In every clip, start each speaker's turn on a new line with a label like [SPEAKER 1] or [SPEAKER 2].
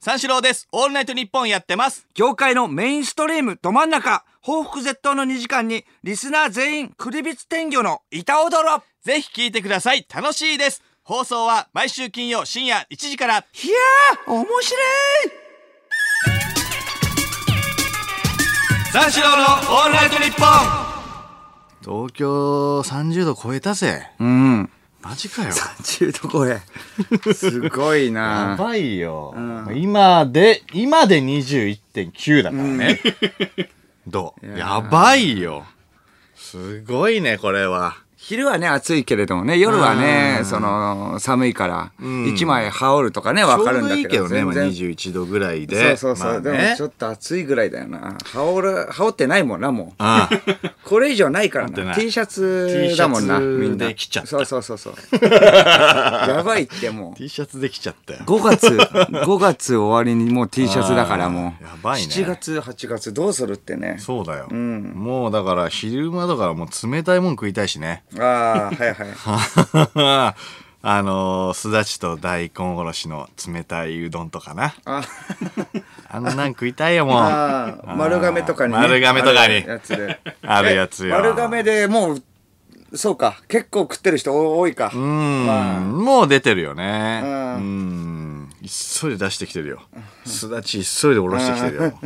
[SPEAKER 1] 三四郎です。オールナイトニッポンやってます。
[SPEAKER 2] 業界のメインストリームど真ん中報復絶倒の2時間にリスナー全員クリビツ天魚の板踊ろ
[SPEAKER 1] ぜひ聞いてください。楽しいです。放送は毎週金曜深夜1時から。
[SPEAKER 2] いやー面白い
[SPEAKER 1] 三四郎のオールナイトニッポン
[SPEAKER 3] 東京30度超えたぜ。
[SPEAKER 2] うん
[SPEAKER 3] マジかよ。
[SPEAKER 2] 中途超えすごい
[SPEAKER 3] や
[SPEAKER 2] な
[SPEAKER 3] ばいよ。今で、今で21.9だからね。どうやばいよ。すごいね、これは。
[SPEAKER 2] 昼はね暑いけれどもね夜はねその寒いから一枚羽織るとかねわかるんだけ
[SPEAKER 3] ちょ
[SPEAKER 2] ど
[SPEAKER 3] うどいいけどね、まあ、
[SPEAKER 2] 全然
[SPEAKER 3] 21度ぐらい
[SPEAKER 2] そ
[SPEAKER 3] で。
[SPEAKER 2] うそうそう、
[SPEAKER 3] まあね
[SPEAKER 2] でもちょっと暑いぐらいだよな羽織る羽織ってないもんなもう
[SPEAKER 3] ああ
[SPEAKER 2] これ以上ないから
[SPEAKER 3] って
[SPEAKER 2] な
[SPEAKER 3] ない
[SPEAKER 2] T シャツだもんな
[SPEAKER 3] T シャツ
[SPEAKER 2] みんな
[SPEAKER 3] で来ちゃった
[SPEAKER 2] そうそう そうそうやばいっても う
[SPEAKER 3] T シャツできちゃったよ。
[SPEAKER 2] 5月5月終わりにもう T シャツだからもう
[SPEAKER 3] あーやばいね
[SPEAKER 2] 7月8月どうするってね
[SPEAKER 3] そうだよ。もうだから昼間だからもう冷たいもん食いたいしね。
[SPEAKER 2] ああはいはい
[SPEAKER 3] あのー、すだちと大根おろしの冷たいうどんとかな。
[SPEAKER 2] あ
[SPEAKER 3] あんなん食いたいよ、もう。
[SPEAKER 2] あー 丸亀とかに、ね、
[SPEAKER 3] 丸亀とかに
[SPEAKER 2] あるやつで
[SPEAKER 3] あるやつよ
[SPEAKER 2] え丸亀でもうそうか結構食ってる人多いか
[SPEAKER 3] う
[SPEAKER 2] まあ
[SPEAKER 3] ん、もう出てるよね。う
[SPEAKER 2] うん
[SPEAKER 3] ん。急いで出してきてるよ。すだち急いでおろしてきてるよ。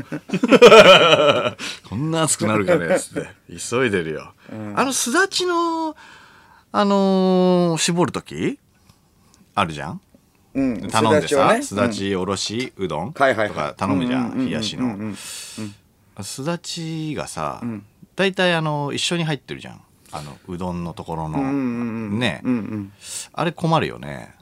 [SPEAKER 3] こんな熱くなるかね、つって。急いでるよ。あの、すだちの、あのー絞るときあるじゃん
[SPEAKER 2] うん
[SPEAKER 3] 頼んでさ、
[SPEAKER 2] す
[SPEAKER 3] すだ
[SPEAKER 2] だちをね
[SPEAKER 3] ちおろしうどんと
[SPEAKER 2] はいはいはい
[SPEAKER 3] か頼むじゃ
[SPEAKER 2] うんうんうんうん
[SPEAKER 3] ん、冷やしの。すだちがさ、大体あの、一緒に入ってるじゃん。あの、うどんのところの。
[SPEAKER 2] うんうんうん
[SPEAKER 3] ね
[SPEAKER 2] うんうん
[SPEAKER 3] あれ困るよね。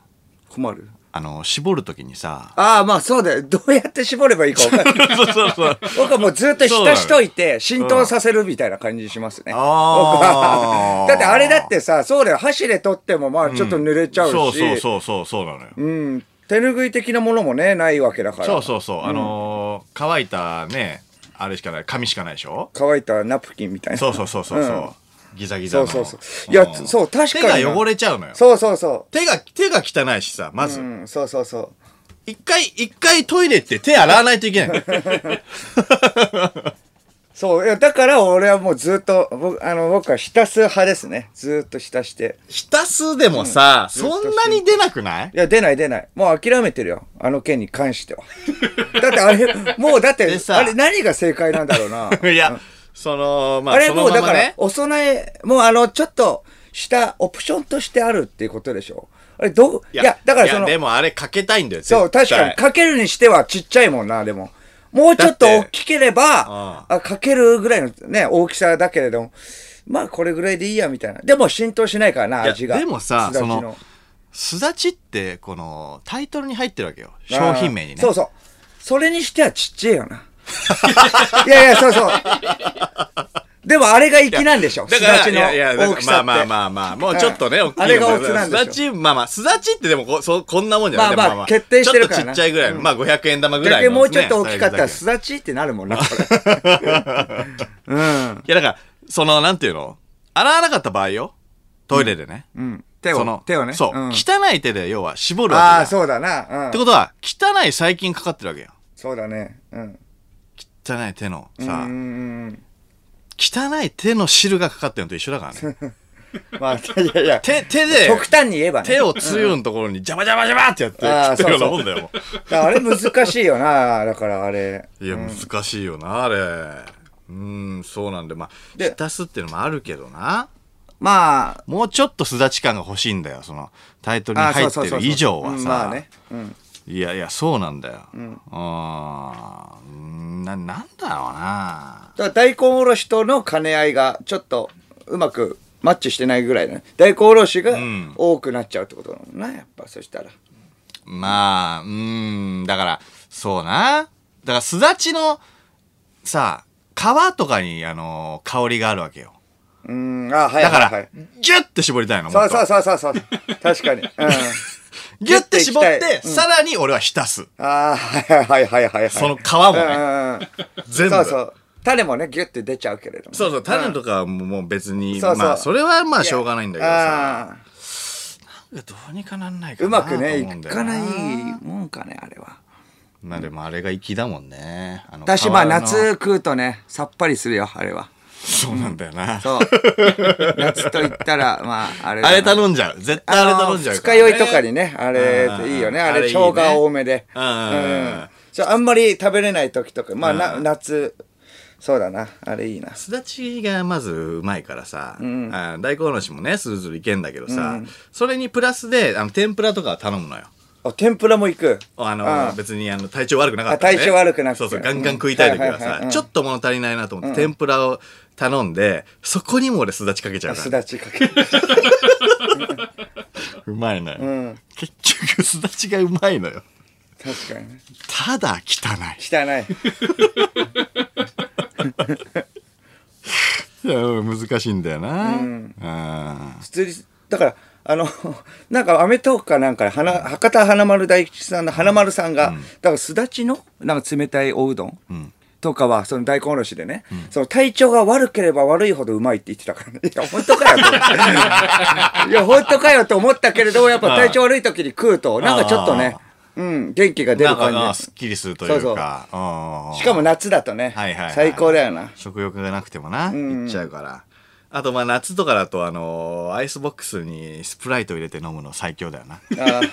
[SPEAKER 2] 困る
[SPEAKER 3] あの、絞るときにさ、
[SPEAKER 2] ああまあそうだよどうやって絞ればいいか分かんない
[SPEAKER 3] そうそうそう。
[SPEAKER 2] 僕はもうずっと浸しといて浸透させるみたいな感じにしますね、
[SPEAKER 3] うんあー
[SPEAKER 2] 僕はだってあれだってさそうだよ箸で取ってもまあちょっと濡れちゃうし、
[SPEAKER 3] そうそうそうそう、そうなのよ。
[SPEAKER 2] うん、手拭い的なものもねないわけだから
[SPEAKER 3] そうそうそう。あのー、乾いたね、あれしかない、紙しかないでしょ
[SPEAKER 2] 乾いたナプキンみたいな
[SPEAKER 3] そうそうそうそうそう。ギザギザの。
[SPEAKER 2] そうそうそういや
[SPEAKER 3] ん
[SPEAKER 2] そう確かに
[SPEAKER 3] 手が汚れちゃうのよ。
[SPEAKER 2] そうそうそ
[SPEAKER 3] 手が、手が汚いしさ、ま
[SPEAKER 2] う、う
[SPEAKER 3] ず。
[SPEAKER 2] ん、そうそうそう
[SPEAKER 3] 一回、一回トイレって手洗わないといけ ないの。
[SPEAKER 2] そういやだから俺はもうずっと僕あの僕は浸す派ですねずっと浸して
[SPEAKER 3] 浸すでもさ、そんなに出なくない
[SPEAKER 2] いや出ない出ないもう諦めてるよあの件に関してはだってあれもうだって
[SPEAKER 3] でさ
[SPEAKER 2] あれ何が正解なんだろうな
[SPEAKER 3] いや、その、まあ、
[SPEAKER 2] あれ
[SPEAKER 3] そ
[SPEAKER 2] も
[SPEAKER 3] の
[SPEAKER 2] うだ
[SPEAKER 3] ま
[SPEAKER 2] か
[SPEAKER 3] ま
[SPEAKER 2] ら
[SPEAKER 3] ね。
[SPEAKER 2] お供えもうあのちょっとしたオプションとしてあるっていうことでしょあれどういやだからそ
[SPEAKER 3] いや
[SPEAKER 2] の
[SPEAKER 3] でもあれかけたいんだよ。
[SPEAKER 2] そう、
[SPEAKER 3] 絶
[SPEAKER 2] 確
[SPEAKER 3] 対
[SPEAKER 2] かに。かけるにしてはちっちゃいもんな、でも。もうちょっと
[SPEAKER 3] だって
[SPEAKER 2] 大きければ、
[SPEAKER 3] う
[SPEAKER 2] あかけるぐらいのね、大きさだけれども、まあこれぐらいでいいや、みたいな。でも浸透しないからな、
[SPEAKER 3] いや
[SPEAKER 2] 味が。
[SPEAKER 3] でもさ
[SPEAKER 2] すだち
[SPEAKER 3] そのすだちって、この、タイトルに入ってるわけよ。
[SPEAKER 2] あ
[SPEAKER 3] 商
[SPEAKER 2] ー
[SPEAKER 3] 品名にね。
[SPEAKER 2] そうそう。それにしてはちっちゃいよな。いやいや、そうそう。でもあれが粋なんでしょ、
[SPEAKER 3] だ
[SPEAKER 2] す
[SPEAKER 3] から、
[SPEAKER 2] だちの
[SPEAKER 3] いやいやだ
[SPEAKER 2] 大きさって。
[SPEAKER 3] まあまあまあまあ、もうちょっとね、
[SPEAKER 2] うん
[SPEAKER 3] 大きいの
[SPEAKER 2] あれが大きさなんですしょ
[SPEAKER 3] だち、まあまあ、すだちってでもこ、そう、こんなもんじゃない。
[SPEAKER 2] まあまあ
[SPEAKER 3] でも
[SPEAKER 2] 決定してるから
[SPEAKER 3] ちょっと
[SPEAKER 2] な
[SPEAKER 3] ちっちゃいぐらいの、まあ500円玉ぐらい
[SPEAKER 2] 逆
[SPEAKER 3] の、ね。
[SPEAKER 2] にもうちょっと大きかっ
[SPEAKER 3] サ
[SPEAKER 2] た
[SPEAKER 3] イ
[SPEAKER 2] ら、
[SPEAKER 3] ズ
[SPEAKER 2] す
[SPEAKER 3] だ
[SPEAKER 2] だちってなるもんな、こ れ。うん。
[SPEAKER 3] けどいや、だから、その、なんていうの洗わなかった場合よ。トイレでね。
[SPEAKER 2] うん。手
[SPEAKER 3] そ
[SPEAKER 2] を
[SPEAKER 3] の、
[SPEAKER 2] 手をね。
[SPEAKER 3] そう、
[SPEAKER 2] ん
[SPEAKER 3] 汚い手で、要は、絞る
[SPEAKER 2] あ
[SPEAKER 3] わ
[SPEAKER 2] あ、
[SPEAKER 3] けだ。っ
[SPEAKER 2] そうだな。うん。
[SPEAKER 3] てことは、汚い細菌かかってるわけよ。
[SPEAKER 2] そうだね。うん。
[SPEAKER 3] 汚い手の、
[SPEAKER 2] うん
[SPEAKER 3] さ、
[SPEAKER 2] うん
[SPEAKER 3] 汚い手の汁がかかってるのと一緒だからね。
[SPEAKER 2] うん。まあ、いやいや、
[SPEAKER 3] 手、手 で、
[SPEAKER 2] 極端に言えばね。
[SPEAKER 3] 手をつゆのところにジャバジャバジャバってやって
[SPEAKER 2] あー
[SPEAKER 3] 切ってるようなもんだよ。も
[SPEAKER 2] だからあれ難しいよな。だからあれ。
[SPEAKER 3] ういや、難しいよな、あれ。うん、そうなんで、まあ、
[SPEAKER 2] で
[SPEAKER 3] 浸すっていうのもあるけどな。
[SPEAKER 2] まあ、
[SPEAKER 3] もうちょっとすだち感が欲しいんだよ、その、タイトルに
[SPEAKER 2] あ
[SPEAKER 3] 入
[SPEAKER 2] そう
[SPEAKER 3] っ
[SPEAKER 2] そう
[SPEAKER 3] て
[SPEAKER 2] そう
[SPEAKER 3] る
[SPEAKER 2] そう
[SPEAKER 3] 以上は
[SPEAKER 2] うん
[SPEAKER 3] さ。
[SPEAKER 2] まあね。うん。
[SPEAKER 3] いやいや、そうなんだよ。あーうん。な、なんだろうな。
[SPEAKER 2] だから大根おろしとの兼ね合いが、ちょっとうまくマッチしてないぐらいだね。大根おろしが
[SPEAKER 3] ん
[SPEAKER 2] 多くなっちゃうってことだもんな、やっぱ、そしたら。
[SPEAKER 3] まあ、うん、だから、そうな。だから、すだちの、さ、皮とかに、あの、香りがあるわけよ。
[SPEAKER 2] うん、あ、はい
[SPEAKER 3] だか
[SPEAKER 2] はい
[SPEAKER 3] ら、
[SPEAKER 2] はい。
[SPEAKER 3] ギュッて絞りたいの。も
[SPEAKER 2] そ
[SPEAKER 3] っ
[SPEAKER 2] う
[SPEAKER 3] と
[SPEAKER 2] そうそうそうそう。確かに。うん。
[SPEAKER 3] ギュッて絞って
[SPEAKER 2] ギュッていき、たいうん
[SPEAKER 3] さらに俺は浸す。
[SPEAKER 2] ああ、はいはいはいはいはい。
[SPEAKER 3] その皮もね
[SPEAKER 2] ね。
[SPEAKER 3] 全部
[SPEAKER 2] そうそう。種もね、ギュッて出ちゃうけれども。
[SPEAKER 3] そうそう、種とかはもう別に、
[SPEAKER 2] そうそう
[SPEAKER 3] まあ、それはまあしょうがないんだけどさ。
[SPEAKER 2] あー
[SPEAKER 3] どうにかなんないかな
[SPEAKER 2] うまくね
[SPEAKER 3] と思うん
[SPEAKER 2] い
[SPEAKER 3] だよ
[SPEAKER 2] かないもんかねあれは
[SPEAKER 3] まあでもあれが粋だもんね。あの
[SPEAKER 2] 私まあ
[SPEAKER 3] 皮の
[SPEAKER 2] 夏食うとねさっぱりするよあれは
[SPEAKER 3] そうなんだよな。
[SPEAKER 2] そう夏と言ったらまああれだ
[SPEAKER 3] あ
[SPEAKER 2] な
[SPEAKER 3] れ頼んじゃう。絶対あれ
[SPEAKER 2] あ
[SPEAKER 3] 頼
[SPEAKER 2] の
[SPEAKER 3] んじゃう
[SPEAKER 2] 二
[SPEAKER 3] から
[SPEAKER 2] 日
[SPEAKER 3] ね。
[SPEAKER 2] 酔いとかにねあれ
[SPEAKER 3] うん
[SPEAKER 2] いいよねあ
[SPEAKER 3] あれ
[SPEAKER 2] れ
[SPEAKER 3] いい
[SPEAKER 2] 生
[SPEAKER 3] ね
[SPEAKER 2] 姜多めで
[SPEAKER 3] う
[SPEAKER 2] うんんじゃああんまり食べれない時とかまあな夏そうだなあれいいな
[SPEAKER 3] すだちがまずうまいからさ、あ大根おろしもね、スルスルいけんだけどさ、それにプラスで、あの、天ぷらとかは頼むのよ。
[SPEAKER 2] あ天ぷらも行く
[SPEAKER 3] あの、
[SPEAKER 2] あ
[SPEAKER 3] 別にあの体調悪くなかったら、ね。
[SPEAKER 2] あ体調悪くなくて
[SPEAKER 3] そうそう、ガンガン食いたい時は
[SPEAKER 2] うんはいはい
[SPEAKER 3] さ
[SPEAKER 2] は、いうん
[SPEAKER 3] ちょっと物足りないなと思って、天ぷらを頼んで、そこにも俺すだちかけちゃう
[SPEAKER 2] す
[SPEAKER 3] から。
[SPEAKER 2] だちかける
[SPEAKER 3] うまいのよ。
[SPEAKER 2] ん
[SPEAKER 3] 結局、すだちがうまいのよ。
[SPEAKER 2] 確かにね
[SPEAKER 3] ただ汚い。
[SPEAKER 2] 汚い
[SPEAKER 3] いや難しいんだよな。う
[SPEAKER 2] うんん。普通にだからあの なんか『アメトーーク』かなんかで花博多華丸大吉さんの花丸さんが、だからすだちのなんか冷たいおうどん、とかはその大根おろしでね、その体調が悪ければ悪いほどうまいって言ってたからねい や本当かよと思って いや本当かよと思ったけれどやっぱ体調悪い時に食うとなんかちょっとねうん元気が出
[SPEAKER 3] な
[SPEAKER 2] る
[SPEAKER 3] んか
[SPEAKER 2] 感
[SPEAKER 3] な、
[SPEAKER 2] じ
[SPEAKER 3] すっきりするというか。うん
[SPEAKER 2] しかも夏だとね、
[SPEAKER 3] はいはいはい
[SPEAKER 2] 最高だよな
[SPEAKER 3] 食欲がなくてもな、いっちゃうから。あとまあ夏とかだとあのーアイスボックスにスプライト入れて飲むの最強だよな。
[SPEAKER 2] あー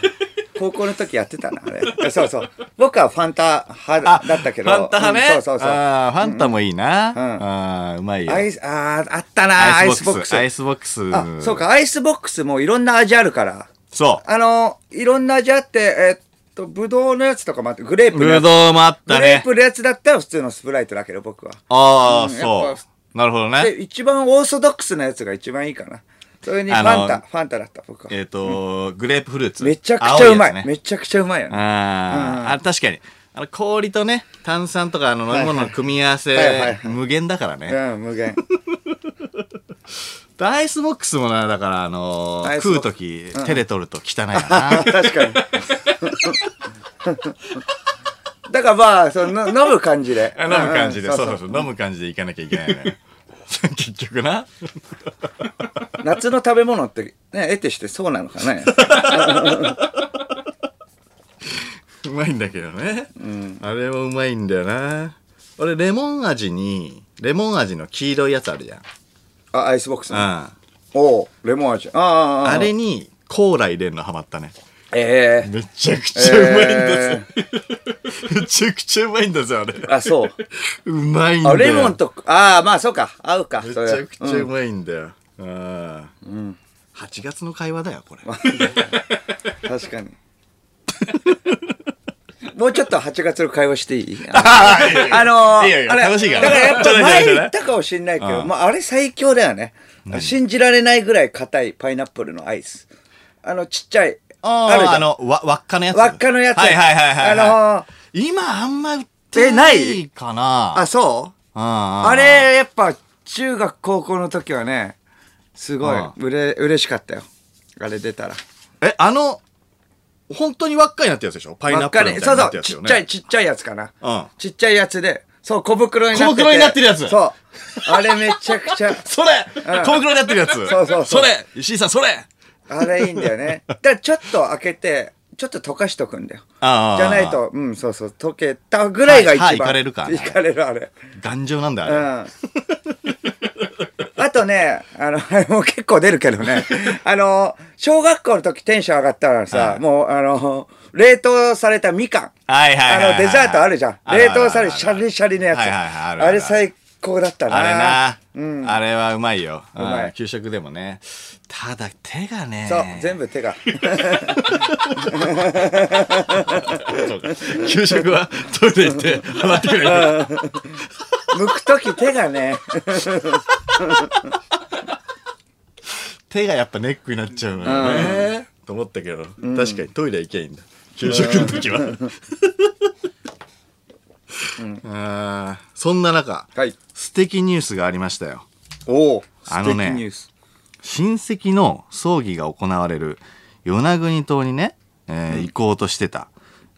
[SPEAKER 2] 高校の時やってたなあれ そうそう僕はファンタ
[SPEAKER 3] あ
[SPEAKER 2] 派だったけど
[SPEAKER 3] ファンタ派ね。
[SPEAKER 2] うんそうそうそう
[SPEAKER 3] あーファンタもいいな。うん
[SPEAKER 2] うん
[SPEAKER 3] あーうまいよ。
[SPEAKER 2] アイスあーあったなアイスボックス
[SPEAKER 3] アイスボックス。
[SPEAKER 2] あそう。かアイスボックスもいろんな味あるから
[SPEAKER 3] そう。
[SPEAKER 2] あのいろんな味あってえっとぶどうのやつとかもあってグレープの
[SPEAKER 3] ぶ
[SPEAKER 2] やつ
[SPEAKER 3] どうもあっ
[SPEAKER 2] グ
[SPEAKER 3] た
[SPEAKER 2] レー
[SPEAKER 3] ね。
[SPEAKER 2] プのやつだったら普通のスプライトだけど僕は
[SPEAKER 3] ああ、
[SPEAKER 2] うんや
[SPEAKER 3] そ
[SPEAKER 2] っぱ
[SPEAKER 3] う。なるほどね。
[SPEAKER 2] で一番オーソドックスなやつが一番いいかなそれにフ
[SPEAKER 3] あの
[SPEAKER 2] ァンタファンタだった僕は
[SPEAKER 3] えっと、グレープフルーツ。
[SPEAKER 2] めちゃくちゃうまい
[SPEAKER 3] 青やつね
[SPEAKER 2] めちゃくちゃうまいよね
[SPEAKER 3] あ
[SPEAKER 2] うん
[SPEAKER 3] ーあ確かにあの氷とね炭酸とかあの飲み物の組み合わせ、
[SPEAKER 2] はいはいはい
[SPEAKER 3] 無限だからね、
[SPEAKER 2] うん無限
[SPEAKER 3] アイスボックスもなだから、あのー
[SPEAKER 2] アイスボ
[SPEAKER 3] 食う
[SPEAKER 2] ック
[SPEAKER 3] 時、手で取ると汚いか
[SPEAKER 2] 確かにだからまあその飲む感じで
[SPEAKER 3] な飲む感じで、
[SPEAKER 2] うん
[SPEAKER 3] そうそうそう飲む感じでいかなきゃいけない ね結局な
[SPEAKER 2] 夏の食べ物ってね得てしてそうなのかね
[SPEAKER 3] うまいんだけどね、あれもうまいんだよな俺レモン味にレモン味の黄色いやつあるじゃん、
[SPEAKER 2] あアイスボックス
[SPEAKER 3] うん、
[SPEAKER 2] の
[SPEAKER 3] あ
[SPEAKER 2] おうレモン味ああああ
[SPEAKER 3] れにコーラ入れるのハマったね
[SPEAKER 2] ええ
[SPEAKER 3] めちゃくちゃうまいんだぜ、 めちゃくちゃうまいんだぜあれ
[SPEAKER 2] あそう
[SPEAKER 3] うまいんだ
[SPEAKER 2] あ
[SPEAKER 3] よ
[SPEAKER 2] レモンとああまあそうか合うか
[SPEAKER 3] め
[SPEAKER 2] そ
[SPEAKER 3] ち
[SPEAKER 2] れ
[SPEAKER 3] ゃくちゃ
[SPEAKER 2] うん
[SPEAKER 3] うまいんだよ、ああ、8月の会話だよ これ
[SPEAKER 2] 確かにもうちょっと8月の会話してい い あ
[SPEAKER 3] い
[SPEAKER 2] の
[SPEAKER 3] いよいいよ
[SPEAKER 2] あれ
[SPEAKER 3] 楽しいから
[SPEAKER 2] だからやっ
[SPEAKER 3] ちょっと待っ
[SPEAKER 2] ぱ
[SPEAKER 3] て
[SPEAKER 2] 前言ったかもしれないけ
[SPEAKER 3] ちょっと待っ
[SPEAKER 2] ど、
[SPEAKER 3] て
[SPEAKER 2] まあ、あれ最強だよね。信じられないぐらい硬いパイナップルのアイス。あの、ちっちゃい。
[SPEAKER 3] あ
[SPEAKER 2] あるじゃん
[SPEAKER 3] あのわ輪っかのやつ
[SPEAKER 2] 輪っかのやつ
[SPEAKER 3] はいはいはいはい、
[SPEAKER 2] あのー
[SPEAKER 3] 今あんま売ってな
[SPEAKER 2] えない
[SPEAKER 3] いかな
[SPEAKER 2] あ、そう
[SPEAKER 3] あ
[SPEAKER 2] あれ、やっぱ、中学、高校の時はね、すごい
[SPEAKER 3] あ、
[SPEAKER 2] うれ、嬉しかったよ。あれ出たら。
[SPEAKER 3] えあの本当に輪っかになったやつでしょパイナ
[SPEAKER 2] 輪
[SPEAKER 3] ッ
[SPEAKER 2] っ
[SPEAKER 3] プ
[SPEAKER 2] か
[SPEAKER 3] ルみ
[SPEAKER 2] に
[SPEAKER 3] たい
[SPEAKER 2] そ
[SPEAKER 3] に
[SPEAKER 2] う
[SPEAKER 3] な
[SPEAKER 2] そ
[SPEAKER 3] ったや
[SPEAKER 2] う、
[SPEAKER 3] つ
[SPEAKER 2] ち
[SPEAKER 3] よ
[SPEAKER 2] っ
[SPEAKER 3] ね
[SPEAKER 2] ちゃい、ちっちゃいやつかな。
[SPEAKER 3] うん
[SPEAKER 2] ちっちゃいやつで、そう、小袋になってて。
[SPEAKER 3] 小袋になってるやつ
[SPEAKER 2] そう。あれめちゃくちゃ。
[SPEAKER 3] それ小袋になってるやつそう
[SPEAKER 2] そうそう
[SPEAKER 3] れ石井さんそれ
[SPEAKER 2] あれいいんだよね。だからちょっと開けて、ちょっと溶かしとくんだよ。じ
[SPEAKER 3] あー
[SPEAKER 2] ゃないと、うん、そうそう、溶けたぐらいが一番。
[SPEAKER 3] はいはいいかれるからね
[SPEAKER 2] いかれる、あれ。
[SPEAKER 3] 頑丈なんだあ
[SPEAKER 2] う
[SPEAKER 3] れ、
[SPEAKER 2] ん。あとね、あの、 あれもう結構出るけどね。あの、小学校の時テンション上がったらさ、
[SPEAKER 3] はい
[SPEAKER 2] もう、あの、冷凍されたみかん。
[SPEAKER 3] はいはいはいはい
[SPEAKER 2] あの、デザートあるじゃん。
[SPEAKER 3] あるある
[SPEAKER 2] 冷凍され
[SPEAKER 3] あるある
[SPEAKER 2] るシャリシャリのやつ。
[SPEAKER 3] はいはいはいあるある
[SPEAKER 2] あれ最高だったな。
[SPEAKER 3] あれな、
[SPEAKER 2] うん。
[SPEAKER 3] あれはうまいよ。う
[SPEAKER 2] まい
[SPEAKER 3] 給食でもね。ただ手がね。
[SPEAKER 2] そう、全部手が。
[SPEAKER 3] そうか給食はトイレ行って洗ってくれる。
[SPEAKER 2] 剥く時手がね。
[SPEAKER 3] 手がやっぱネックになっちゃうのよね。と思ったけど、確かにトイレ行けばいいんだ。給食の時は。 あーそんな中、
[SPEAKER 2] はい。
[SPEAKER 3] 素敵ニュースがありましたよ。
[SPEAKER 2] おお、
[SPEAKER 3] あのね
[SPEAKER 2] 素敵ニュース。
[SPEAKER 3] 親戚の葬儀が行われる与那国島にね、えー行こうとしてた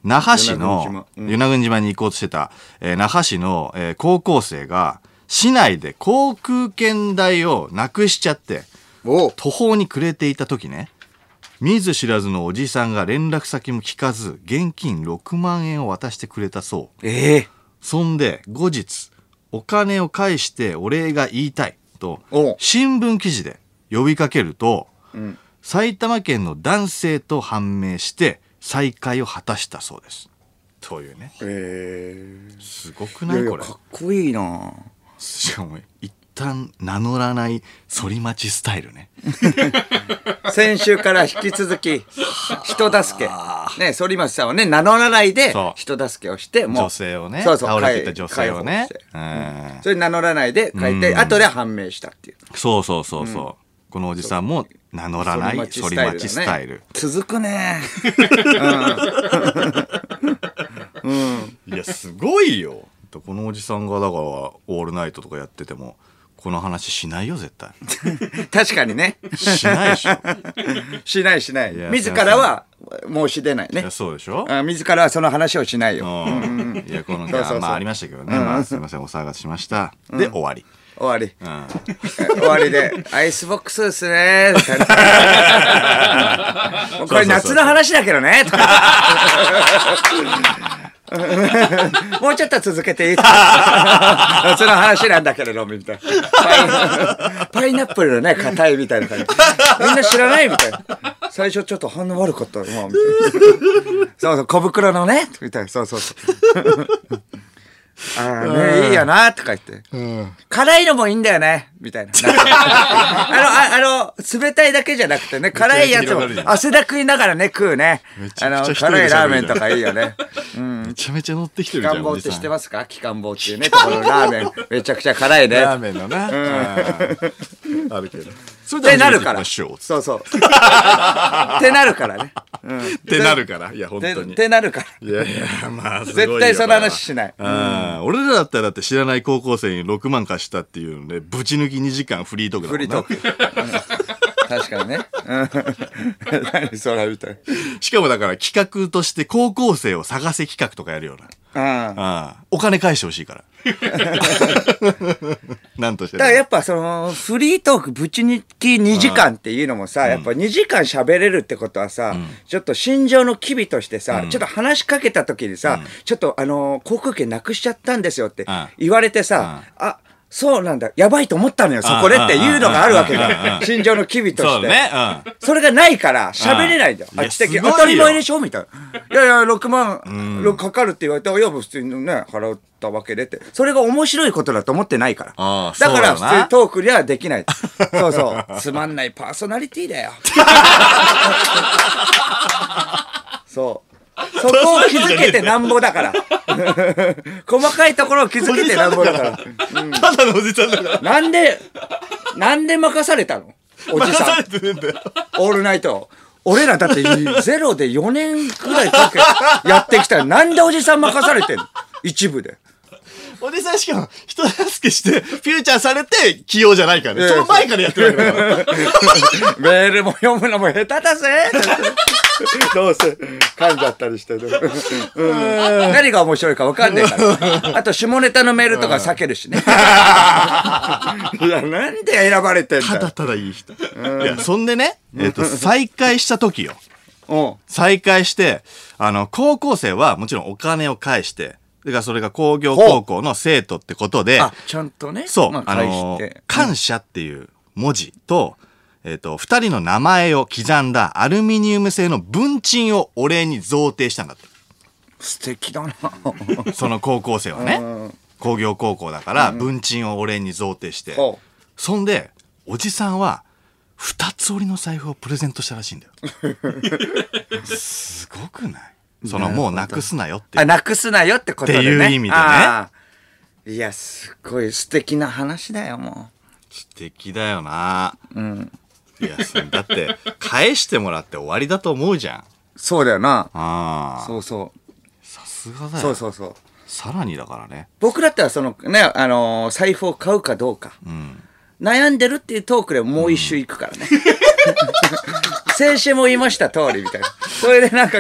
[SPEAKER 3] 那覇市
[SPEAKER 2] 与那
[SPEAKER 3] の
[SPEAKER 2] 国島うん
[SPEAKER 3] 与那国島に行こうとしてた、えー那覇市の、えー高校生が市内で航空券代をなくしちゃって
[SPEAKER 2] おお、
[SPEAKER 3] 途方に暮れていた時ね見ず知らずのおじさんが連絡先も聞かず現金6万円を渡してくれたそう
[SPEAKER 2] ええ
[SPEAKER 3] そんで後日お金を返してお礼が言いたいと
[SPEAKER 2] おう
[SPEAKER 3] 新聞記事で呼びかけると、
[SPEAKER 2] ん
[SPEAKER 3] 埼玉県の男性と判明して再会を果たしたそうですというね
[SPEAKER 2] え
[SPEAKER 3] すごく
[SPEAKER 2] え
[SPEAKER 3] ない
[SPEAKER 2] いやい
[SPEAKER 3] こ
[SPEAKER 2] や
[SPEAKER 3] れ
[SPEAKER 2] かっこいいな
[SPEAKER 3] しかも一旦名乗らない反町スタイルね
[SPEAKER 2] 先週から引き続き人助けね反町さんはね名乗らないで
[SPEAKER 3] そう
[SPEAKER 2] 人助けをしてもう
[SPEAKER 3] 女性をね
[SPEAKER 2] そうそう
[SPEAKER 3] 倒れてた女性をね
[SPEAKER 2] 解放して、
[SPEAKER 3] うん
[SPEAKER 2] それ名乗らないで書いて、
[SPEAKER 3] うん
[SPEAKER 2] 後で判明したっていう
[SPEAKER 3] そうそうそうそう、このおじさんも名乗らない反町スタイル
[SPEAKER 2] だね続 くね
[SPEAKER 3] いやすごいよこのおじさんがだからオールナイトとかやっててもこの話しないよ絶対
[SPEAKER 2] 確かにね
[SPEAKER 3] しないで しょ
[SPEAKER 2] しないしない
[SPEAKER 3] いや
[SPEAKER 2] 自らは申し出ない
[SPEAKER 3] い
[SPEAKER 2] ね
[SPEAKER 3] やそうでしょ
[SPEAKER 2] あ自らはその話をしないよ
[SPEAKER 3] うんいやこの
[SPEAKER 2] そうそうそう
[SPEAKER 3] まあありましたけどね、まあ、すいませんお騒がせしました、で終わり、
[SPEAKER 2] 終わり
[SPEAKER 3] うん、
[SPEAKER 2] 終わりで「アイスボックスです ね」もうこれ夏の話だけどね」とかもうちょっと続けていい?」 夏の話なんだけれど」みたいなパイナップルのね硬いみたいな感じみんな知らないみたいな最初ちょっと反応悪かったもうみたいなそうそう小袋のねみたいなそうそうそうああねいいよなとか言って。辛いのもいいんだよねみたいな。 あの、ああの、冷たいだけじゃなくてね、辛いやつも
[SPEAKER 3] めっちゃ広がるじゃん
[SPEAKER 2] 汗だくいながらね、食うね
[SPEAKER 3] め。ち
[SPEAKER 2] あ
[SPEAKER 3] ゃ
[SPEAKER 2] の、
[SPEAKER 3] くちゃ
[SPEAKER 2] 辛い
[SPEAKER 3] 一人で
[SPEAKER 2] ラ
[SPEAKER 3] 喋
[SPEAKER 2] ーメ
[SPEAKER 3] る
[SPEAKER 2] ン
[SPEAKER 3] じゃん
[SPEAKER 2] とかいいよね。
[SPEAKER 3] めちゃめちゃ乗ってきて
[SPEAKER 2] 期
[SPEAKER 3] るじゃん
[SPEAKER 2] 間棒って
[SPEAKER 3] おじ
[SPEAKER 2] 知
[SPEAKER 3] さ
[SPEAKER 2] っ
[SPEAKER 3] ん
[SPEAKER 2] てますか期間棒っていうね、ところのラ ーメン。めちゃくちゃ辛いね。
[SPEAKER 3] ラー
[SPEAKER 2] っ
[SPEAKER 3] メンのな、うん あるけどそれ
[SPEAKER 2] て
[SPEAKER 3] で
[SPEAKER 2] なるから。
[SPEAKER 3] 初めて行きましょ
[SPEAKER 2] そ うそう。ってなるからね。
[SPEAKER 3] うってなるからいや本
[SPEAKER 2] で
[SPEAKER 3] 当に
[SPEAKER 2] ってなるから。
[SPEAKER 3] いやいや、まあ、すごいよ
[SPEAKER 2] 絶対その話しない
[SPEAKER 3] これはうん、俺らだったらだって知らない高校生に6万貸したっていうので、ぶち抜き2時間フリートークだも
[SPEAKER 2] フ
[SPEAKER 3] ん
[SPEAKER 2] リー
[SPEAKER 3] な
[SPEAKER 2] トーク。うん確かにね。うん 何それみたい
[SPEAKER 3] しかもだから企画として高校生を探せ企画とかやるような。
[SPEAKER 2] な。う
[SPEAKER 3] あ
[SPEAKER 2] ん。
[SPEAKER 3] あお金返してほしいから。 なんとして
[SPEAKER 2] だから
[SPEAKER 3] も。
[SPEAKER 2] やっぱそのフリートークぶち抜き2時間っていうのもさ、やっぱ2時間喋れるってことはさ、ちょっと心情の機微としてさ、ちょっと話しかけた時にさ、ちょっとあのー航空券なくしちゃったんですよって
[SPEAKER 3] うん
[SPEAKER 2] 言われてさ、あそうなんだやばいと思ったのよそこでっていうのがあるわけじゃん心情の機微と
[SPEAKER 3] そ
[SPEAKER 2] し
[SPEAKER 3] う
[SPEAKER 2] て。
[SPEAKER 3] ね。うん。
[SPEAKER 2] それがないから喋れないんだよ。
[SPEAKER 3] うん
[SPEAKER 2] あっち的
[SPEAKER 3] い
[SPEAKER 2] に
[SPEAKER 3] やすごい
[SPEAKER 2] 当
[SPEAKER 3] よ
[SPEAKER 2] たり前でしょみたいな。いやいや、6万かかるって言われて、いや、普通にね、払ったわけでって。それが面白いことだと思ってないから。
[SPEAKER 3] ああ
[SPEAKER 2] だから
[SPEAKER 3] そうだな
[SPEAKER 2] 普通トークにはで きない。そうそう。つまんないパーソナリティだよ。そう。そこを気づけてなんぼだから。細かいところを気づけてなんぼだから。
[SPEAKER 3] ただのおじさんだから。
[SPEAKER 2] なんで、なんで任されたのおじさん
[SPEAKER 3] 任。されてねえんだよ。
[SPEAKER 2] オールナイト。俺らだってゼロで4年くらいかけやってきたらなんでおじさん任されてんの一部で。
[SPEAKER 3] おじさんしかも人助けして、フューチャーされて起用じゃないからね。その前からやってるわけだから。
[SPEAKER 2] メールも読むのも下手だぜどうせ噛んじゃったりしてる、うん何が面白いか分かんないからあと下ネタのメールとか避けるしねいやなんで選ばれてんだ
[SPEAKER 3] た
[SPEAKER 2] よ
[SPEAKER 3] だただいい人。いや、そんでね、えっと、再会した時よ。
[SPEAKER 2] うん
[SPEAKER 3] 再開して、あの、高校生はもちろんお金を返して、だからそれが工業
[SPEAKER 2] ほう
[SPEAKER 3] 高校の生徒ってことで、
[SPEAKER 2] あちゃんとね
[SPEAKER 3] そう、
[SPEAKER 2] まあ、
[SPEAKER 3] あ
[SPEAKER 2] 返
[SPEAKER 3] の
[SPEAKER 2] して、
[SPEAKER 3] 感謝っていう文字と、えっ、と、二人の名前を刻んだアルミニウム製の文鎮をお礼に贈呈したんだって。
[SPEAKER 2] 素敵だな
[SPEAKER 3] その高校生はね、工業高校だから文鎮をお礼に贈呈して、
[SPEAKER 2] ほう
[SPEAKER 3] そんで、おじさんは、二つ折りの財布をプレゼントしたらしいんだよ。すごくないその、もうなくすなよっていう
[SPEAKER 2] あなくすなよってことで
[SPEAKER 3] っ
[SPEAKER 2] ね
[SPEAKER 3] ていう意味でね
[SPEAKER 2] あーいやすごい素敵な話だよも
[SPEAKER 3] 素敵だよなうんいやそだって返してもらって終わりだと思うじゃん
[SPEAKER 2] うそうだよな
[SPEAKER 3] ああ
[SPEAKER 2] そうそう
[SPEAKER 3] さすがだよ
[SPEAKER 2] そうそうそう
[SPEAKER 3] さらにだからね
[SPEAKER 2] 僕だったらそのねあのー財布を買うかどうか、悩んでるっていうトークでもう一周行くからね。 先週も言いました通りみたいな。それでな んか、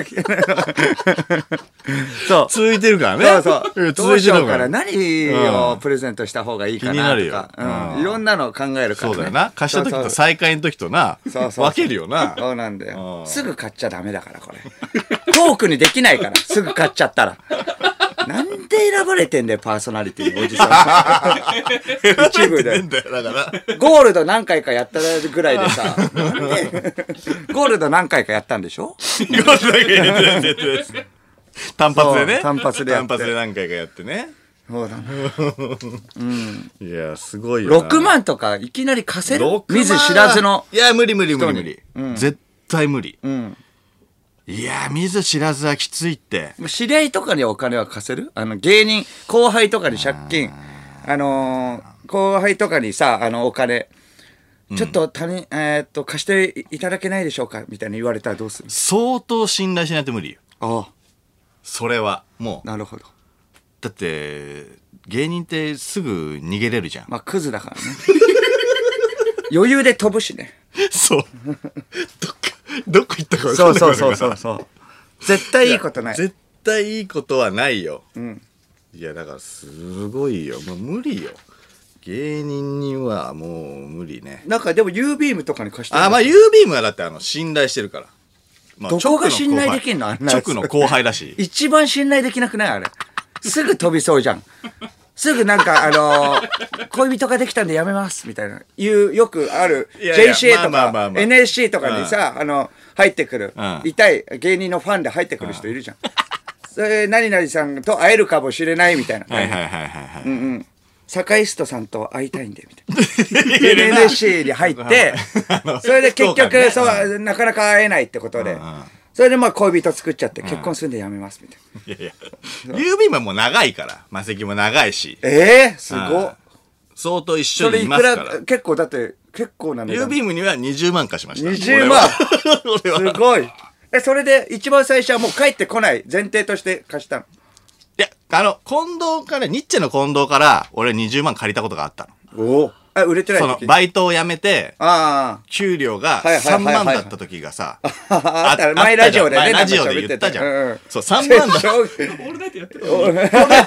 [SPEAKER 2] そう。
[SPEAKER 3] 続いてるからね。
[SPEAKER 2] そうそう。ど
[SPEAKER 3] 続
[SPEAKER 2] う
[SPEAKER 3] い
[SPEAKER 2] してよう
[SPEAKER 3] るか。
[SPEAKER 2] からら。何をプレゼントした方がいいかな
[SPEAKER 3] 気
[SPEAKER 2] と
[SPEAKER 3] になる
[SPEAKER 2] か
[SPEAKER 3] よ。
[SPEAKER 2] うんいろんなのを考えるから
[SPEAKER 3] そ
[SPEAKER 2] ね。
[SPEAKER 3] うだよな。貸した時
[SPEAKER 2] そうそ
[SPEAKER 3] と
[SPEAKER 2] う
[SPEAKER 3] 再会の時とな、
[SPEAKER 2] そうそうそう
[SPEAKER 3] 分けるよな。
[SPEAKER 2] そうなんだよ
[SPEAKER 3] う。ん
[SPEAKER 2] すぐ買っちゃダメだから、これ。 トークにできないから、すぐ買っちゃったら。なんで選ばれてんだよ、パーソナリティのおじさん。一部
[SPEAKER 3] ね
[SPEAKER 2] で
[SPEAKER 3] ん。だよ、だから。
[SPEAKER 2] ゴールド何回かやったぐらいでさ、なんでゴールド何回かやったんでしょ
[SPEAKER 3] ゴールだけ入れてるやつ単発で
[SPEAKER 2] そ
[SPEAKER 3] ね。
[SPEAKER 2] う単発でやって
[SPEAKER 3] 単発で何回かやってね。
[SPEAKER 2] そうだね。
[SPEAKER 3] いや、すごいよな。
[SPEAKER 2] 6万とかいきなり貸せる
[SPEAKER 3] 六万
[SPEAKER 2] 見ず知らずの。
[SPEAKER 3] いや、無理無理無理無理。絶対無理。
[SPEAKER 2] うん。
[SPEAKER 3] いや、見ず知らずはきついって。
[SPEAKER 2] 知り合いとかにお金は貸せるあの、芸人、後輩とかに借金、あのー後輩とかにさ、あの、お金、ちょっと他人、えーっと、貸していただけないでしょうかみたいに言われたらどうする
[SPEAKER 3] 相当信頼しないと無理よ。
[SPEAKER 2] あ
[SPEAKER 3] それは。もう。
[SPEAKER 2] なるほど。
[SPEAKER 3] だって、芸人ってすぐ逃げれるじゃん。
[SPEAKER 2] まあ、クズだからね。 余裕で飛ぶしね。
[SPEAKER 3] そう。どっか、どこ行ったか分
[SPEAKER 2] そ
[SPEAKER 3] かん
[SPEAKER 2] う
[SPEAKER 3] ない
[SPEAKER 2] そうそう
[SPEAKER 3] う。
[SPEAKER 2] そうそう。絶対いいことない。
[SPEAKER 3] 絶対いいことはないよ。
[SPEAKER 2] ん
[SPEAKER 3] いや、だからすごいよ。もう無理よ。芸人にはもう無理ね。
[SPEAKER 2] なんかでも U ビームとかに貸してる
[SPEAKER 3] あ、まあ、
[SPEAKER 2] う
[SPEAKER 3] u ビームはだってあの、信頼してるから。まあ
[SPEAKER 2] どこが信頼できんのあんなやつ
[SPEAKER 3] 直の後輩だし。
[SPEAKER 2] 一番信頼できなくないあれ。すぐ飛びそうじゃん。すぐなんか、あの ー恋人ができたんでやめますみたいな。いう、よくある、
[SPEAKER 3] いやいや
[SPEAKER 2] JCA と
[SPEAKER 3] まあまあまあ
[SPEAKER 2] か
[SPEAKER 3] まあ
[SPEAKER 2] NSC とかにさ、あの、入ってくる、
[SPEAKER 3] うん
[SPEAKER 2] 痛い芸人のファンで入ってくる人いるじゃん。それ、何々さんと会えるかもしれないみたいな。
[SPEAKER 3] はいはいはいはいはい。
[SPEAKER 2] 坂井ストさんと会いたいんで、みたいな。
[SPEAKER 3] 入れな
[SPEAKER 2] NSC に入 って
[SPEAKER 3] の、
[SPEAKER 2] それで結
[SPEAKER 3] 福岡ね
[SPEAKER 2] 局、そう、なかなか会えないってことで
[SPEAKER 3] うんうん、
[SPEAKER 2] それでまあ恋人作っちゃって、結婚するんでやめます、みたいな。
[SPEAKER 3] いやいや。u ビームはもう長いから。魔石も長いし。
[SPEAKER 2] えー、すご
[SPEAKER 3] は
[SPEAKER 2] っ
[SPEAKER 3] い。相当一緒
[SPEAKER 2] そ
[SPEAKER 3] に
[SPEAKER 2] れ
[SPEAKER 3] い
[SPEAKER 2] い
[SPEAKER 3] ます
[SPEAKER 2] く
[SPEAKER 3] から
[SPEAKER 2] ら、。結構だって、結構な値
[SPEAKER 3] ユー
[SPEAKER 2] 段
[SPEAKER 3] ビームには20万貸しました。
[SPEAKER 2] 20万
[SPEAKER 3] 俺は 俺は
[SPEAKER 2] すごい。え、それで一番最初はもう帰ってこない前提として貸したの。
[SPEAKER 3] いや、あの、近藤から、ニッチェの近藤から、俺20万借りたことがあった
[SPEAKER 2] おお。あ、売れて
[SPEAKER 3] の。
[SPEAKER 2] な
[SPEAKER 3] そ
[SPEAKER 2] い
[SPEAKER 3] の、
[SPEAKER 2] 時
[SPEAKER 3] バイトを辞めて、
[SPEAKER 2] あ
[SPEAKER 3] 給料が
[SPEAKER 2] はいはいは
[SPEAKER 3] 3
[SPEAKER 2] いはい
[SPEAKER 3] 万だった時がさ、
[SPEAKER 2] あ。あった前ラジオでね、
[SPEAKER 3] 前ラジオで言ったじゃん。そう、3万 だった。
[SPEAKER 2] オ
[SPEAKER 4] オールナイトやってた
[SPEAKER 3] オー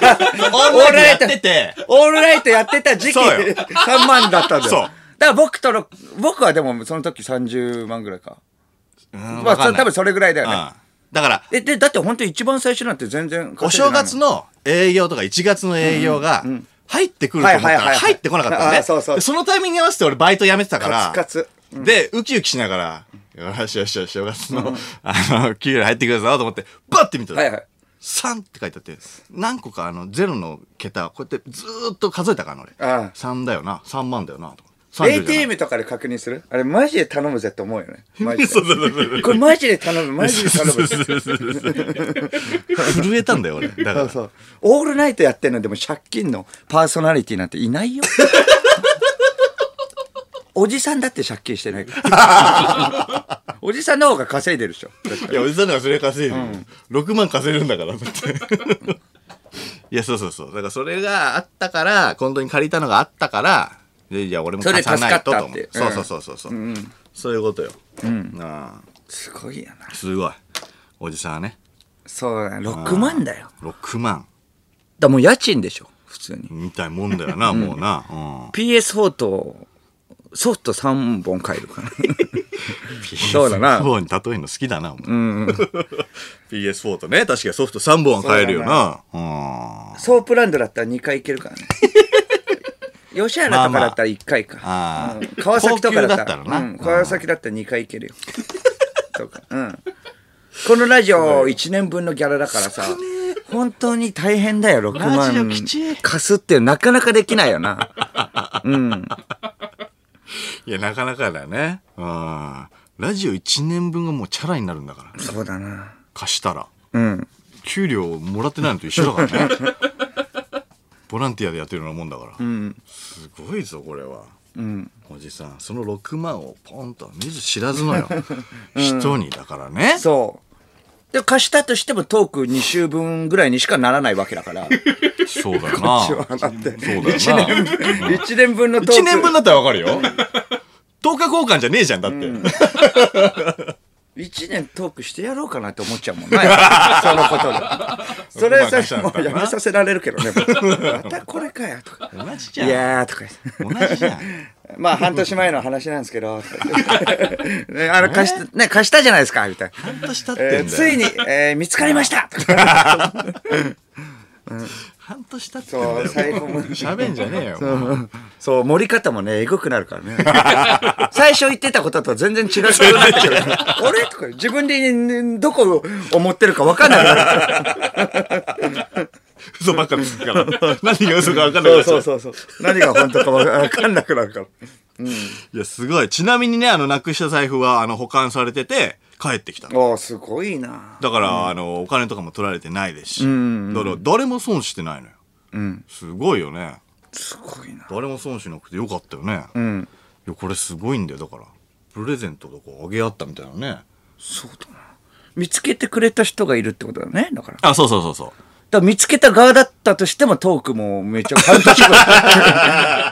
[SPEAKER 3] ルやってて、
[SPEAKER 2] オールライトやってた時期、
[SPEAKER 3] そうよ
[SPEAKER 2] 3万だったんだよ。
[SPEAKER 3] そう
[SPEAKER 2] だから僕との、僕はでもその時30万ぐらいか。 ま
[SPEAKER 3] ま
[SPEAKER 2] あ、そ多分それぐらいだよね。
[SPEAKER 3] だから、
[SPEAKER 2] え、で、だって本当一番最初なんて全然
[SPEAKER 3] お
[SPEAKER 2] 稼いでな
[SPEAKER 3] 正月
[SPEAKER 2] いもん
[SPEAKER 3] の営業とか1月の営業が入ってくると思った
[SPEAKER 2] はい
[SPEAKER 3] ら
[SPEAKER 2] はいはいはい
[SPEAKER 3] 入ってこなかったの
[SPEAKER 2] あ
[SPEAKER 3] ね。
[SPEAKER 2] ーそうそう
[SPEAKER 3] でのタイミングに合わせて俺バイト辞めてたから。
[SPEAKER 2] カツカツ
[SPEAKER 3] で、ウキウキしながら、よしよしよし、正月の、あの、給料入ってくるぞと思って、バッて見た
[SPEAKER 2] はいは
[SPEAKER 3] ら
[SPEAKER 2] い、
[SPEAKER 3] 3って書いてあって、何個かあの、ゼロの桁、こうやってずーっと数えたからね
[SPEAKER 2] あ
[SPEAKER 3] 俺
[SPEAKER 2] あ。
[SPEAKER 3] 3だよな、3万だよな、と思って。30じゃない
[SPEAKER 2] ATM とかで確認するあれマジで頼むぜって思うよね。マジで。
[SPEAKER 3] そうそうそうそう
[SPEAKER 2] これマジで頼む、マジで頼む。そ
[SPEAKER 3] 震えたんだよ、俺。だか
[SPEAKER 2] う
[SPEAKER 3] ら。
[SPEAKER 2] そう。オールナイトやってんのでも借金のパーソナリティなんていな いよ。おじさんだって借 金してないから。おじさんの方が稼いでるでしょ。
[SPEAKER 3] いや、おじさんの方がそれ稼いでる、6万稼いでるんだから、だって。 いや、そうそうそう。だからそれがあったから、近藤に借りたのがあったから、で、いや、俺も貸さないとと思
[SPEAKER 2] それ
[SPEAKER 3] う。そ
[SPEAKER 2] 助かったっ
[SPEAKER 3] うそ
[SPEAKER 2] て
[SPEAKER 3] うそうそうそう、そういうことよ。あ
[SPEAKER 2] すごいよな
[SPEAKER 3] あ。すごい。おじさんはね、
[SPEAKER 2] そうだね。6万だよ。
[SPEAKER 3] 6万
[SPEAKER 2] だからもう家賃でしょ、普通に。
[SPEAKER 3] みたいもんだよな、もうな。
[SPEAKER 2] PS4 とソフト3本買える から。
[SPEAKER 3] うん、
[SPEAKER 2] そうだな
[SPEAKER 3] PS4 に例えるの好きだな、お前 PS4 とね、確かにソフト3本は買えるよな。うん。
[SPEAKER 2] ソープランドだったら2回行けるか らね。吉原とかだったら1回か。
[SPEAKER 3] ああ
[SPEAKER 2] うん川崎とかだった
[SPEAKER 3] 高級だ
[SPEAKER 2] ら
[SPEAKER 3] ったらな
[SPEAKER 2] うん、川崎だったら2回行けるよ。とか。うん。このラジオ1年分のギャラだからさ、本当に大変だよ、6万。
[SPEAKER 3] ラジオきちい
[SPEAKER 2] 貸すってなかなかできないよな。
[SPEAKER 3] いや、なかなかだね。うん。ラジオ1年分がもうチャラになるんだから。
[SPEAKER 2] そうだな。
[SPEAKER 3] 貸したら。
[SPEAKER 2] うん。
[SPEAKER 3] 給料もらってないのと一緒だから ね。ボランティアでやってるようなもんだから。すごいぞ、これは。おじさん、その6万をポンと見ず知らず のよ。人に、だからね。
[SPEAKER 2] そう。で、貸したとしてもトーク2週分ぐらいにしかならないわけだから。
[SPEAKER 3] そうだよな。そう
[SPEAKER 2] あなんて
[SPEAKER 3] だよな。1
[SPEAKER 2] 1年分のトーク
[SPEAKER 3] 年分だったらわかるよ。10日交換じゃねえじゃん、だって。
[SPEAKER 2] 一年トークしてやろうかなって思っちゃう もんねそのことでそれ
[SPEAKER 3] ごまかしち
[SPEAKER 2] さ
[SPEAKER 3] ゃうん
[SPEAKER 2] も
[SPEAKER 3] だ
[SPEAKER 2] うやめさせられるけどねまたこれかよとか
[SPEAKER 3] 同 じ
[SPEAKER 2] い
[SPEAKER 3] じゃん。
[SPEAKER 2] やーとか言っ
[SPEAKER 3] 同
[SPEAKER 2] て
[SPEAKER 3] じじゃん。
[SPEAKER 2] まあ半年前の話なんですけど ねあの貸したね貸したじゃないですかみたいな、
[SPEAKER 3] 半年経ってんだ
[SPEAKER 2] え
[SPEAKER 3] よ。
[SPEAKER 2] ーついに、えー見つかりましたとか
[SPEAKER 3] 半年経ってんだ
[SPEAKER 2] そう
[SPEAKER 3] よ。
[SPEAKER 2] 最後も
[SPEAKER 3] 喋んじゃねえよ。
[SPEAKER 2] そう盛り方もねえぐくなるからね 最初言ってたことと全然違うことになっちゃうあれとか自分で、ねどこを思ってるか分かんなくなる
[SPEAKER 3] 嘘ばっかりつくから。何が嘘か分かんない
[SPEAKER 2] そうそうそうそう何が本当か分かんなくなるから
[SPEAKER 3] いや、すごい。ちなみにね、あの、なくした財布は、あの、保管されてて、帰ってきたの。
[SPEAKER 2] おーすごいな
[SPEAKER 3] だから、あの、お金とかも取られてないですし。だから、誰も損してないのよ。すごいよね。
[SPEAKER 2] すごいな
[SPEAKER 3] 誰も損しなくてよかったよね。いや、これすごいんだよ。だから、プレゼントとかあげ合ったみたいなね。
[SPEAKER 2] そうだな見つけてくれた人がいるってことだねだからだか
[SPEAKER 3] あ、そうそうそうそう。
[SPEAKER 2] ら見つけた側だったとしてもトークもめちゃ半年ぐ ら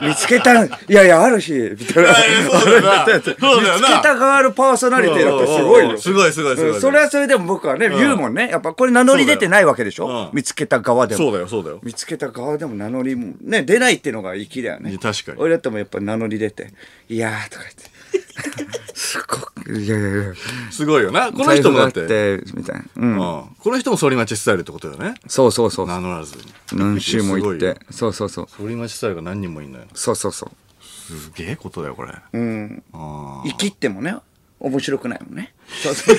[SPEAKER 2] い見つけたいやいやあるしみたいな
[SPEAKER 3] そうだよな。そう
[SPEAKER 2] 見
[SPEAKER 3] だよ
[SPEAKER 2] つ
[SPEAKER 3] な。
[SPEAKER 2] けた側のパーソナリティだったらすごい
[SPEAKER 3] うんうんう
[SPEAKER 2] よ
[SPEAKER 3] んすごいすごいすごい
[SPEAKER 2] うんそれはそれでも僕はね言うもんねやっぱこれ名乗り出てないわけでし
[SPEAKER 3] そうだよう
[SPEAKER 2] ょ
[SPEAKER 3] ん
[SPEAKER 2] 見つけた側でも
[SPEAKER 3] そうだよ、そうだよ。
[SPEAKER 2] 見つけた側でも名乗りもね出ないっていうのが粋だよ
[SPEAKER 3] い
[SPEAKER 2] ね
[SPEAKER 3] や確かに
[SPEAKER 2] 俺だってもやっぱ名乗り出て「いやー」とか言って「 すごくいやいやいや
[SPEAKER 3] すごいよな。この人もだって。
[SPEAKER 2] 財布があってみたいな、う
[SPEAKER 3] うん
[SPEAKER 2] ん、
[SPEAKER 3] この人も反町スタイルってことだよね。
[SPEAKER 2] そうそうそう
[SPEAKER 3] 名乗らずに。
[SPEAKER 2] 何周も行っ
[SPEAKER 3] すごい
[SPEAKER 2] て
[SPEAKER 3] よ。
[SPEAKER 2] そうそうそう
[SPEAKER 3] 反町スタイルが何人もいんのよ。
[SPEAKER 2] そうそうそう
[SPEAKER 3] すげえことだよ、これ。
[SPEAKER 2] うん
[SPEAKER 3] あ
[SPEAKER 2] 生きってもね面白くないもんねそうそう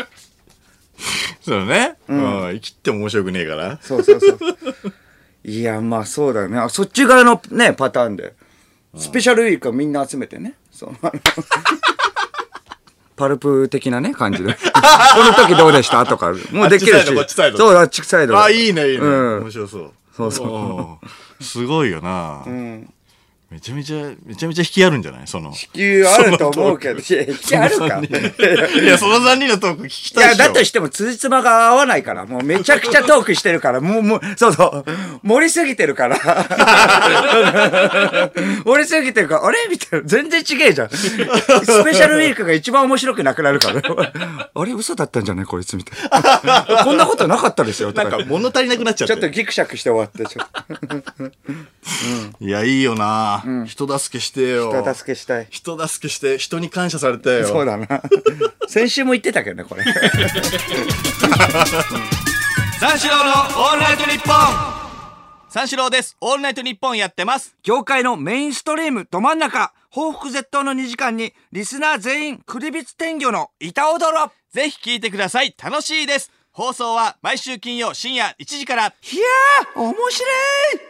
[SPEAKER 3] ーそうだね。うん。生きっても面白くねえから。
[SPEAKER 2] そうそうそういやまあそうだよねあそっち側のねパターンでスペシャルウィークはみんな集めてねそ のあのパルプ的なね 感じでこの時どうでしたとかもうできるし
[SPEAKER 3] あっちサイドこっちサイド
[SPEAKER 2] そうあっちサイド
[SPEAKER 3] あ、いいね、いいね。
[SPEAKER 2] うん
[SPEAKER 3] 面白そう。
[SPEAKER 2] そうそう
[SPEAKER 3] うん。すごいよな。めちゃめちゃ、めちゃめちゃ引きあるんじゃないその。
[SPEAKER 2] 地球あると思うけどいや引きあるか
[SPEAKER 3] いや、その3人のトーク聞き
[SPEAKER 2] い
[SPEAKER 3] たい
[SPEAKER 2] や、
[SPEAKER 3] っしょ。
[SPEAKER 2] だとしても、辻褄が合わないから、もうめちゃくちゃトークしてるから、 もう、もう、そうそう、盛りすぎてるから。 盛りすぎてるから、あれみたいな、全然違えじゃん。スペシャルウィークが一番面白くなくなるから。 あれ嘘だったんじゃないこいつみたいな。 こんなことなかったですよ。と
[SPEAKER 3] な
[SPEAKER 2] か
[SPEAKER 3] んか物足りなくなっちゃっ
[SPEAKER 2] ち
[SPEAKER 3] て。
[SPEAKER 2] ょっとギクシャクして終わって、ちょっ
[SPEAKER 3] いや、いいよな、人助けしてよ。
[SPEAKER 2] と、助けしたい。
[SPEAKER 3] 人助けして、人に感謝されたよ。
[SPEAKER 2] そうだな。先週も言ってたけどね、これ。
[SPEAKER 1] 三四郎のオールナイトニッポン三四郎です。オールナイトニッポンやってます。
[SPEAKER 2] 業界のメインストリームど真ん中報復絶倒の2時間にリスナー全員クリビツ天魚の板踊ろ
[SPEAKER 1] ぜひ聞いてください。楽しいです。放送は毎週金曜深夜1時から。
[SPEAKER 2] いやー面白い